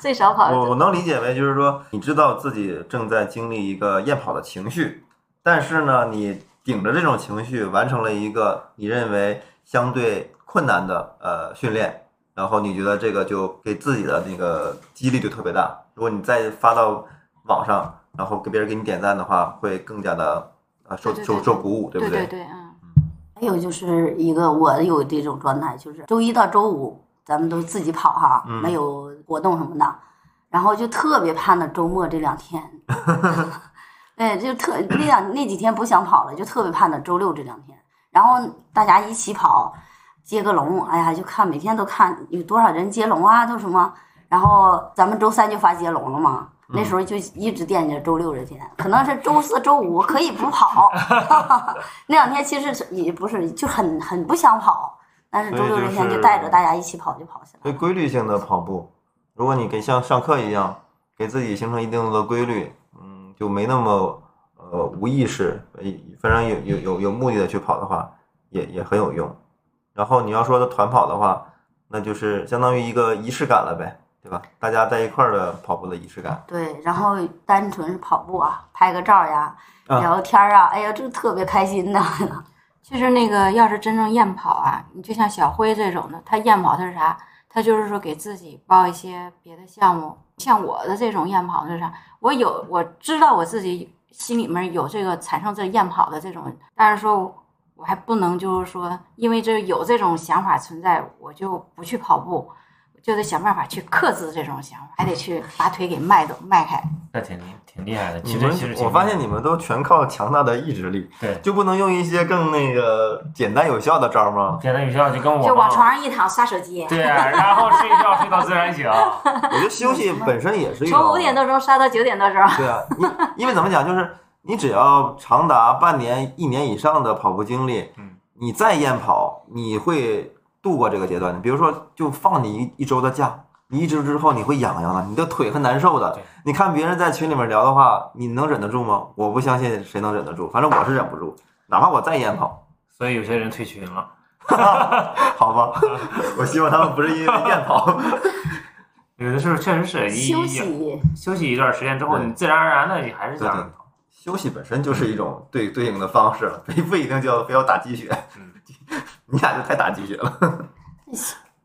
S4: 最最少跑
S1: 我我能理解为就是说，你知道自己正在经历一个厌跑的情绪，但是呢，你顶着这种情绪完成了一个你认为相对困难的呃训练，然后你觉得这个就给自己的那个激励就特别大。如果你再发到网上，然后给别人给你点赞的话，会更加的呃受
S4: 对对
S1: 受
S4: 对
S1: 受鼓舞，对不
S4: 对对
S1: 对？
S4: 对，嗯，
S3: 还有就是一个我有这种状态，就是周一到周五咱们都自己跑哈，
S1: 嗯
S3: 没有活动什么的，然后就特别盼着周末这两 天， 对，就特那两那几天不想跑了，就特别盼着周六这两天，然后大家一起跑，接个龙，哎呀，就看每天都看有多少人接龙啊，都什么，然后咱们周三就发接龙了嘛。
S1: 嗯
S3: 那时候就一直惦记着周六这天，可能是周四周五可以不 跑，那两天其实是也不是，就很很不想跑，但是周
S1: 所
S3: 六
S1: 以就
S3: 这天
S1: 是
S3: 就带着大家一起跑就跑起来
S1: 所以规律性的跑步，如果你给像上课一样，给自己形成一定的规律，嗯，就没那么呃无意识，呃非常有有有有目的的去跑的话，也也很有用。然后你要说的团跑的话，那就是相当于一个仪式感了呗，对吧？大家在一块儿的跑步的仪式感，
S3: 对，然后单纯是跑步啊，拍个照呀，
S1: 啊哎
S3: 聊天啊，哎呀，这特别开心的。
S4: 其实那个要是真正验跑啊，你就像小辉这种的，他验跑他是啥？他就是说给自己报一些别的项目。像我的这种验跑是啥？我有我知道我自己心里面有这个产生这验跑的这种，但是说我还不能就是说，因为这有这种想法存在，我就不去跑步。就得想办法去克制这种想法，还得去把腿给迈动迈开。
S5: 那挺厉挺厉害的。
S1: 你
S5: 其实其实
S1: 们，我发现你们都全靠强大的意志力，
S5: 对
S1: 就不能用一些更那个简单有效的招儿吗？
S5: 简单有效，就跟
S2: 哦
S5: 我
S4: 就往
S5: 嘛
S4: 床上一躺，刷手机，
S5: 对啊，然后睡觉睡到自然 醒，
S1: 我觉得休息本身也是一种
S4: 从五点多钟刷到九点多钟。
S1: 对啊，你因为怎么讲，就是你只要长达半年、一年以上的跑步经历，
S5: 嗯，
S1: 你再验跑，你会度过这个阶段的。比如说，就放你一一周的假，你一周之后你会痒痒的，你的腿很难受的
S5: 对。
S1: 你看别人在群里面聊的话，你能忍得住吗？我不相信谁能忍得住，反正我是忍不住，哪怕我再验跑，
S5: 所以有些人退群了，
S1: 好吧？ 我希望他们不是因为验跑，
S2: 有的时候确实是一
S3: 休息
S2: 休息一段时间之后，
S1: 对
S2: 你自然而然的你还是
S1: 对对
S2: 想。
S1: 休息本身就是一种对对应的方式了，不不一定就要非要打鸡血
S5: 嗯。
S1: 你俩就太打鸡血了。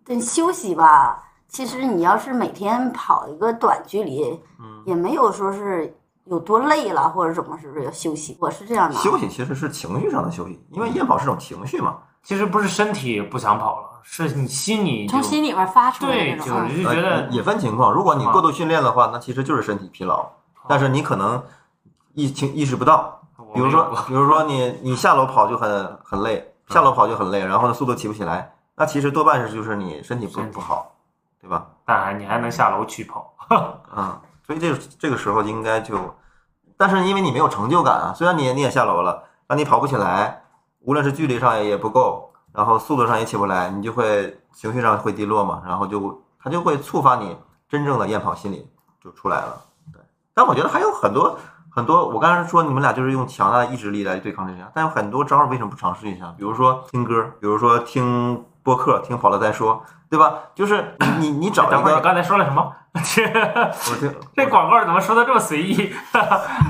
S3: 对休息吧。其实你要是每天跑一个短距离，
S1: 嗯
S3: 也没有说是有多累了或者怎么，是不是要休息？我是这样的啊。
S1: 休息其实是情绪上的休息，因为夜跑是种情绪嘛。
S2: 其实不是身体不想跑了，是你心里就
S4: 从心里面发出来
S2: 对，
S4: 那
S2: 就
S4: 种。
S2: 是就
S4: 嗯
S2: 觉
S1: 呃
S2: 得哦
S1: 也分情况，如果你过度训练的话，那其实就是身体疲劳，但是你可能意情意识不到。
S2: 我
S1: 比如
S2: 没
S1: 说
S2: 有过，嗯
S1: 比如说你你下楼跑就很很累，下楼跑就很累，然后呢速度起不起来，那其实多半是就是你身体不
S2: 身体
S1: 不好，对吧？
S2: 但还你还能下楼去跑，
S1: 嗯，所以这这个时候应该就，但是因为你没有成就感啊，虽然你也你也下楼了，但你跑不起来，无论是距离上也也不够，然后速度上也起不来，你就会情绪上会低落嘛，然后就它就会触发你真正的厌跑心理就出来了。对，但我觉得还有很多很多，我刚才说你们俩就是用强大的意志力来对抗这些，但有很多招儿为什么不尝试一下？比如说听歌，比如说听播客，听跑了再说，对吧？就是 你你你找一
S2: 等会儿你
S1: 个，
S2: 刚才说了什么？ 这
S1: 我听
S2: 这广告怎么说的这么随意？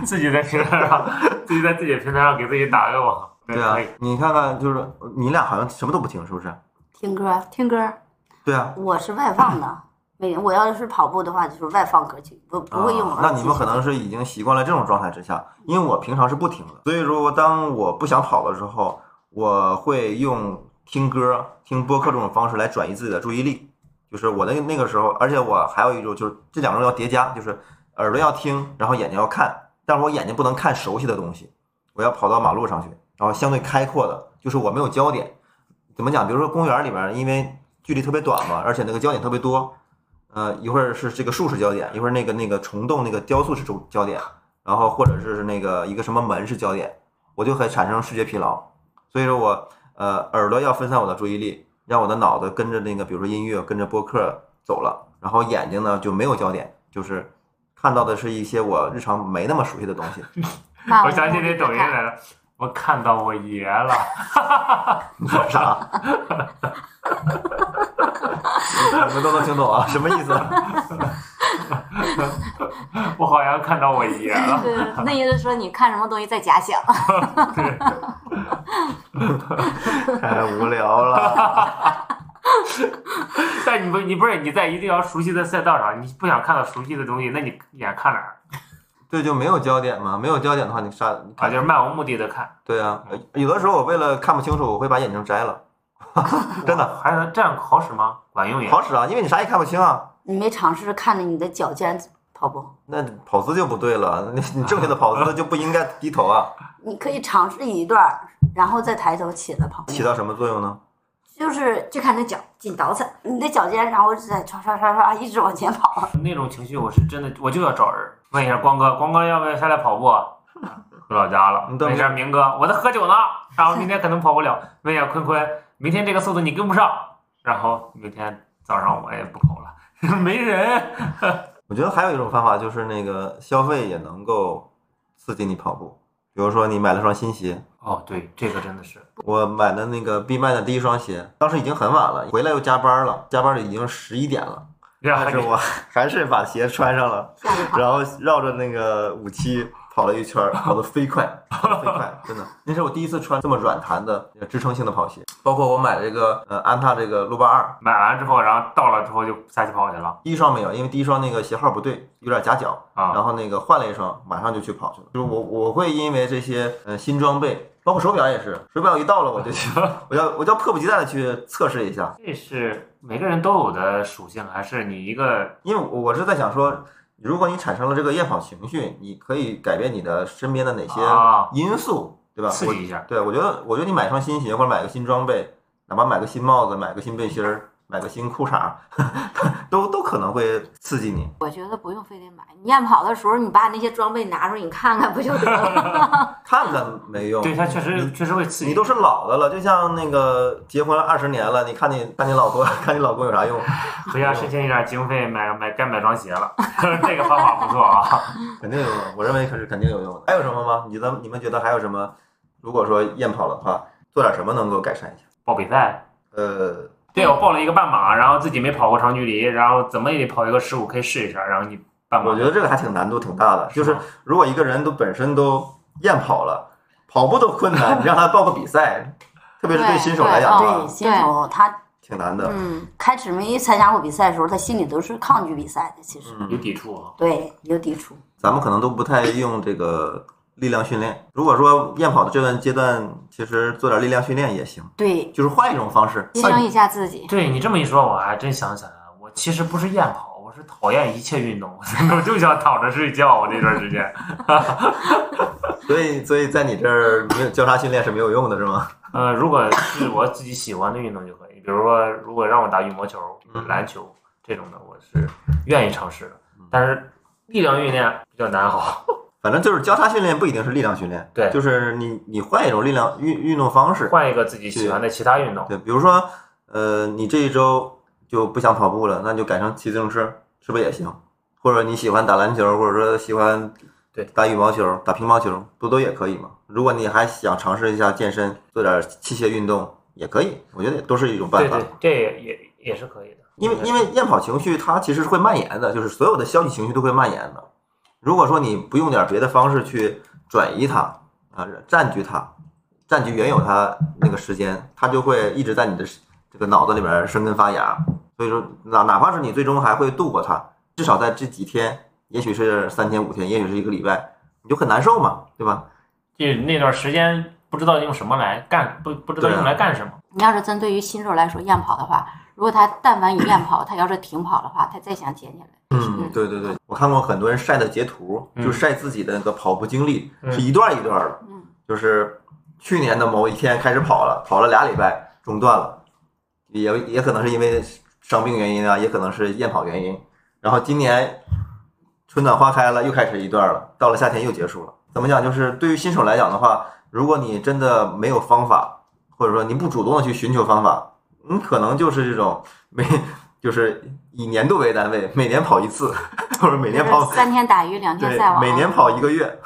S2: 自己在平台上，自己在自己的平台上给自己打个广告。
S1: 对啊
S2: 可以，
S1: 你看看，就是你俩好像什么都不听，是不是？
S3: 听歌，
S4: 听歌，
S1: 对啊，
S3: 我是外放的。每我要是跑步的话，就是外放歌曲，不不会用
S1: 啊
S3: 耳机。
S1: 那你们可能是已经习惯了这种状态之下，因为我平常是不听的，所以如果当我不想跑的时候，我会用听歌、听播客这种方式来转移自己的注意力。就是我的那个时候，而且我还有一种就是这两种要叠加，就是耳朵要听，然后眼睛要看，但是我眼睛不能看熟悉的东西，我要跑到马路上去，然后相对开阔的，就是我没有焦点。怎么讲？比如说公园里面，因为距离特别短嘛，而且那个焦点特别多，呃，一会儿是这个树是焦点，一会儿那个那个虫洞那个雕塑是重焦点，然后或者是那个一个什么门是焦点，我就会产生视觉疲劳。所以说我呃耳朵要分散我的注意力，让我的脑子跟着那个比如说音乐跟着播客走了，然后眼睛呢就没有焦点，就是看到的是一些我日常没那么熟悉的东西。
S4: 漫
S2: 我
S4: 无
S2: 想起
S4: 目的
S2: 那
S4: 地
S2: 抖音
S4: 看
S2: 来了，我看到我爷了，
S1: 你说啥？ 你们都能听懂啊？什么意思？
S2: 我好像看到我爷了。
S4: 对，那意思说你看什么东西在假想，
S1: 太无聊了。
S2: 但你不，你不是你在一定要熟悉的赛道上，你不想看到熟悉的东西，那你眼看哪儿？
S1: 对，就没有焦点嘛，没有焦点的话，你啥？你
S2: 啊，
S1: 看
S2: 就是漫无目的的看，
S1: 对啊，有的时候我为了看不清楚，我会把眼镜摘了，真的
S2: 还能这样好使吗？管用也。
S1: 好使啊，因为你啥也看不清啊。
S3: 你没尝试看着你的脚尖跑步，
S1: 那跑姿就不对了，你你正确的跑姿就不应该低头啊，
S3: 你可以尝试一段儿，然后再抬头起来跑。
S1: 起到什么作用呢？
S3: 就是就看那脚紧倒饬，你的脚尖，然后再唰唰唰唰一直往前跑。
S2: 那种情绪，我是真的，我就要找人问一下光哥，光哥要不要下来跑步啊？回老家了。
S1: 你等
S2: 问一下明哥，我在喝酒呢，然后明天可能跑不了。问一下坤坤，明天这个速度你跟不上，然后明天早上我也不跑了， 没人。
S1: 我觉得还有一种方法就是那个消费也能够刺激你跑步，比如说你买了双新鞋，
S2: 哦，对，这个真的是，
S1: 我买的那个闭麦的第一双鞋，当时已经很晚了，回来又加班了，加班了已经十一点了，
S2: 然
S1: 但是
S2: 后
S1: 我还是把鞋穿上了，
S3: 下去跑，
S1: 然后绕着那个五七跑了一圈儿，跑得飞快，跑得飞快，真的，那是我第一次穿这么软弹的呃支撑性的跑鞋，包括我买这个呃安踏这个路霸二，
S2: 买完之后，然后到了之后就下去跑去了
S1: 第一双没有，因为第一双那个鞋号不对，有点夹脚，
S2: 啊。
S1: 然后那个换了一双，马上就去跑去了。就是我我会因为这些呃新装备包括手表也是，手表一到了我就 去，我要我就要迫不及待的去测试一下，
S5: 这
S2: 是每个人都有的属性，还是你一个
S1: 因为我我是在想说，如果你产生了这个夜跑情绪，你可以改变你的身边的哪些
S2: 啊
S1: 因素，对吧？
S2: 刺
S1: 我
S2: 激一下？
S1: 对，我觉得，我觉得你买双新鞋或者买个新装备，哪怕买个新帽子、买个新背心儿、买个新裤衩儿， 都都可能会刺激你。
S4: 我觉得不用非得买，你验跑的时候，你把那些装备拿出来，你看看不就得了？
S1: 看看没用，
S2: 对他确实确实会刺激。
S1: 你都是老的了，就像那个结婚二十年了，你看你看你老婆看你老公有 啥用？
S2: 回家申请一点经费买买该买双鞋了， 这个方法不错啊。
S1: 肯定有用，我认为可是肯定有用的。还有什么吗？你们你们觉得还有什么？如果说验跑的话，做点什么能够改善一下？
S2: 报比赛，
S1: 呃，
S2: 对我报了一个半马，然后自己没跑过长距离，然后怎么也得跑一个十五 K 试一下，然后你半马。
S1: 我觉得这个还挺难度挺大的，就是如果一个人都本身都厌跑了，跑步都困难，你让他报个比赛，特别是对
S4: 对
S1: 新手来讲
S4: 啊
S1: 的
S3: 对，
S1: 话，
S3: 新手他
S1: 挺难的。
S4: 嗯，
S3: 开始没参加过比赛的时候，他心里都是抗拒比赛的，其实
S2: 有
S1: 嗯，
S2: 抵触啊。
S3: 对有抵触。
S1: 咱们可能都不太用这个力量训练。如果说厌跑的这段阶段，其实做点力量训练也行，
S3: 对，
S1: 就是换一种方式。
S4: 牺牲一下自己。
S5: 对你这么一说，我还真想起来了，我其实不是厌跑，我是讨厌一切运动， 我就想躺着睡觉。我这段时间，
S1: 所以，所以在你这儿没有交叉训练是没有用的，是吗？
S5: 呃，如果是我自己喜欢的运动就可以，比如说如果让我打羽毛球、
S1: 嗯
S5: 篮球这种的，我是愿意尝试的。但是力量训练比较难好，
S1: 反正就是交叉训练不一定是力量训练，
S5: 对
S1: 就是你你换一种力量运运动方式，
S5: 换一个自己喜欢的其他运动，
S1: 对，比如说，呃，你这一周就不想跑步了，那你就改成骑自行车，是不是也行？或者你喜欢打篮球，或者说喜欢
S5: 对
S1: 打羽毛球、打乒乓球，不都也可以吗？如果你还想尝试一下健身，做点器械运动也可以，我觉得也都是一种办
S5: 对
S1: 法。
S5: 对，这也也也是可以的。
S1: 因为
S2: 嗯
S1: 因为厌跑情绪它其实会蔓延的，就是所有的消极情绪都会蔓延的。如果说你不用点别的方式去转移它啊，占据它，占据原有它那个时间，它就会一直在你的这个脑子里面生根发芽。所以说，哪哪怕是你最终还会度过它，至少在这几天，也许是三天五天，也许是一个礼拜，你就很难受嘛，对吧？
S5: 就那段时间不知道用什么来干，不不知道
S1: 对啊
S5: 用来干什么。
S4: 你要是针对于新手来说，验跑的话，如果他但凡一验跑，他要是停跑的话，他再想捡起来，
S1: 嗯，对对对，我看过很多人晒的截图，就晒自己的那个跑步经历，是一段一段的，
S4: 嗯
S1: 就是去年的某一天开始跑了，跑了俩礼拜中断了，也也可能是因为伤病原因啊，也可能是厌跑原因，然后今年春暖花开了，又开始一段了，到了夏天又结束了。怎么讲？就是对于新手来讲的话，如果你真的没有方法，或者说你不主动的去寻求方法，你可能就是这种没，就是以年度为单位，每年跑一次， 或者每年
S4: 就是
S1: 跑
S4: 三天打鱼两天
S1: 对
S4: 晒，网，
S1: 每年跑一个月。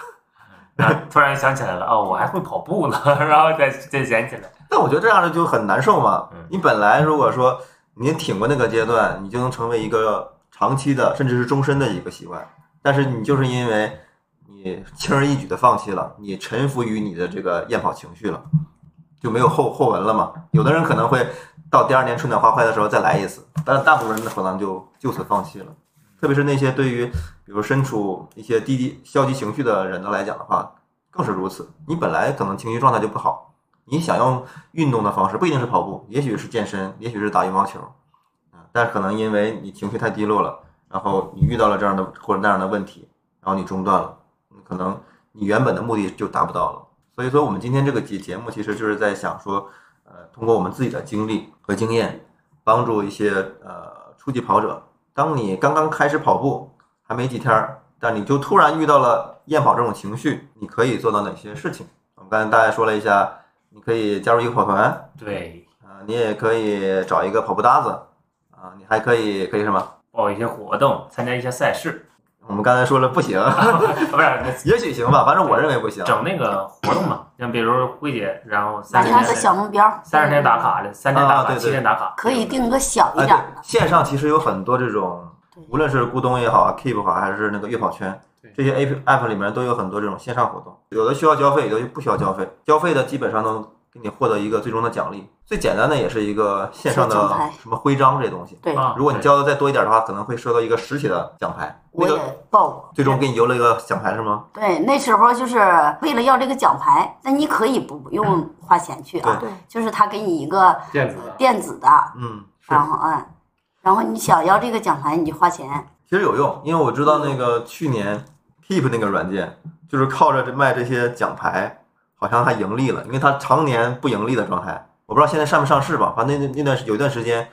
S5: 啊突然想起来了，哦，我还会跑步呢， 然后再再捡起来。
S1: 但我觉得这样的就很难受嘛
S5: 嗯。
S1: 你本来如果说你挺过那个阶段，你就能成为一个长期的，甚至是终身的一个习惯。但是你就是因为你轻而易举的放弃了，你臣服于你的这个厌跑情绪了，就没有后后文了嘛。有的人可能会到第二年春暖花开的时候再来一次，但大部分人可能就就此放弃了。特别是那些对于比如身处一些低低消极情绪的人的来讲的话，更是如此。你本来可能情绪状态就不好，你想用运动的方式，不一定是跑步，也许是健身，也许是打羽毛球，啊，但是可能因为你情绪太低落了，然后你遇到了这样的或者那样的问题，然后你中断了，你可能你原本的目的就达不到了。所以说，我们今天这个节节目其实就是在想说，呃，通过我们自己的经历和经验，帮助一些呃初级跑者，当你刚刚开始跑步，还没几天儿，但你就突然遇到了厌跑这种情绪，你可以做到哪些事情？我们刚才大家说了一下，你可以加入一个跑团啊、
S5: 对，
S1: 你也可以找一个跑步搭子啊、你还可以可以什么？
S5: 报一些活动，参加一些赛事，
S1: 我们刚才说了不行，
S5: 啊不是
S1: 也许行吧，反正我认为不行。啊
S5: 整那个活动嘛，像比如辉姐，然后
S3: 完
S5: 三十
S3: 成个
S5: 天
S3: 小目标，
S5: 三十天打卡的，三天打
S1: 啊对
S5: 卡，
S1: 对
S5: 七天打卡，
S3: 可以定个小
S1: 哎，
S3: 一
S1: 对
S3: 点儿，的。
S1: 线上其实有很多这种，无论是咕咚也好啊，Keep 好，还是那个月跑圈，这些 A P P App 里面都有很多这种线上活动，有的需要交费，有的不需要交费。交费的基本上都给你获得一个最终的奖励。最简单的也是一个线上
S3: 小奖
S1: 的
S3: 牌
S1: 什么徽章这东西，
S3: 对，
S5: 啊
S1: 如果你交的再多一点的话，可能会收到一个实体的奖牌。
S3: 我
S1: 那
S3: 也
S1: 个
S3: 报过。
S1: 最终给你邮了一个奖牌是吗？
S3: 对，那时候就是为了要这个奖牌，那你可以不用花钱去啊，
S4: 对
S3: 就是他给你一个
S5: 电子的，
S3: 电子的，
S1: 嗯，是
S3: 然后嗯，然后你想要这个奖牌，你就花钱。
S1: 其实有用，因为我知道那个去年 Keep 那个软件，就是靠着这卖这些奖牌，好像还盈利了，因为它常年不盈利的状态。我不知道现在上不上市吧，反正那那段时有一段时间，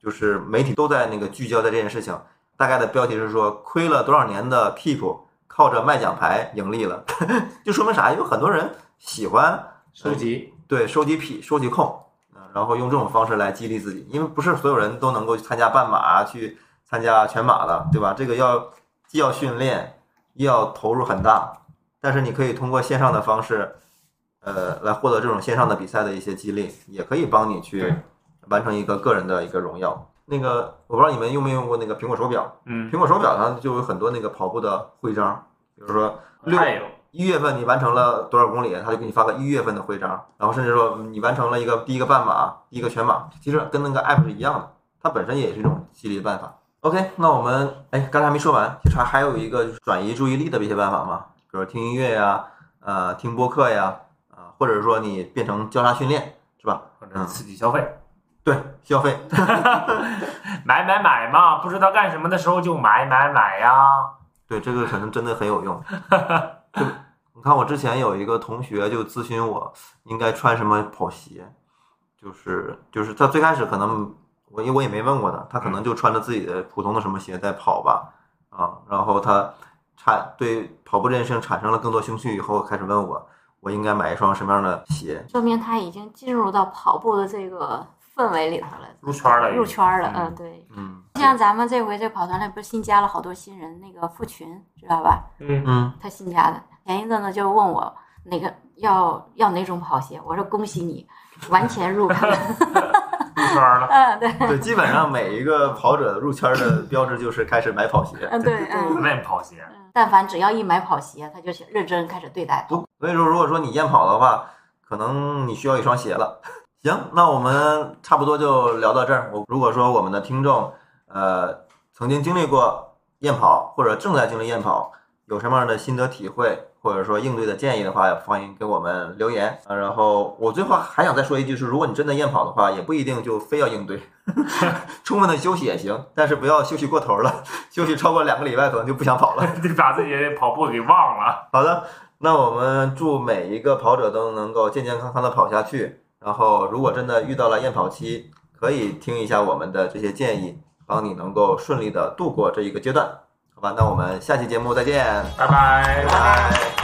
S1: 就是媒体都在那个聚焦在这件事情。大概的标题是说，亏了多少年的 Keep 靠着卖奖牌盈利了， 就说明啥？有很多人喜欢
S5: 收集
S1: 对，收集癖、收集控，嗯，然后用这种方式来激励自己，因为不是所有人都能够去参加半马、啊去参加全马的，对吧？这个要既要训练，又要投入很大，但是你可以通过线上的方式，呃，来获得这种线上的比赛的一些激励，也可以帮你去
S5: 对
S1: 完成一个个人的一个荣耀。那个我不知道你们用没用过那个苹果手表，
S5: 嗯
S1: 苹，果手表上就有很多那个跑步的徽章，比如说六
S5: 太有
S1: 一月份你完成了多少公里，他就给你发个一月份的徽章，然后甚至说你完成了一个第一个半马、第一个全马，其实跟那个 app 是一样的，它本身也是一种激励的办法。OK，那我们哎，刚才还没说完，其实还还有一个就是转移注意力的一些办法嘛，比如听音乐呀、呃，听播客呀，啊、或者说你变成交叉训练，是吧？
S5: 或者刺激消费，
S1: 对，消费，
S5: 买买买嘛，不知道干什么的时候就买买买呀。
S1: 对，这个可能真的很有用。对你看，我之前有一个同学就咨询我应该穿什么跑鞋，就是就是他最开始可能我因为我也没问过他，他可能就穿着自己的普通的什么鞋在跑吧，啊，然后他产对跑步这件事情产生了更多兴趣以后，开始问我我应该买一双什么样的鞋，
S4: 说明他已经进入到跑步的这个氛围里头了，
S5: 入圈儿了已经
S4: 入圈儿了。
S5: 嗯
S4: 嗯，对。
S1: 嗯
S4: 像咱们这回这跑团里不是新加了好多新人，那个付群知道吧？
S5: 嗯，
S1: 嗯，
S4: 他新加的，前一阵子就问我哪个要要哪种跑鞋，我说恭喜你，完全入坑。
S5: 入圈儿了。
S4: 嗯，对，
S1: 对，基本上每一个跑者入圈的标志就是开始买跑鞋，
S4: 嗯对， 嗯。
S5: 问跑鞋，
S4: 嗯但凡只要一买跑鞋，他就认真开始对待。
S1: 不，所以说如果说你验跑的话，可能你需要一双鞋了。行，那我们差不多就聊到这儿。我如果说我们的听众呃曾经经历过验跑或者正在经历验跑，有什么样的心得体会或者说应对的建议的话，欢迎给我们留言。啊、然后我最后还想再说一句是，如果你真的验跑的话，也不一定就非要应对， 充分的休息也行，但是不要休息过头了，休息超过两个礼拜可能就不想跑了。
S5: 得把自己的跑步给忘了。
S1: 好的，那我们祝每一个跑者都能够健健康康的跑下去。然后，如果真的遇到了验跑期，可以听一下我们的这些建议，帮你能够顺利的度过这一个阶段。好吧，那我们下期节目再见，
S5: 拜拜
S1: 拜拜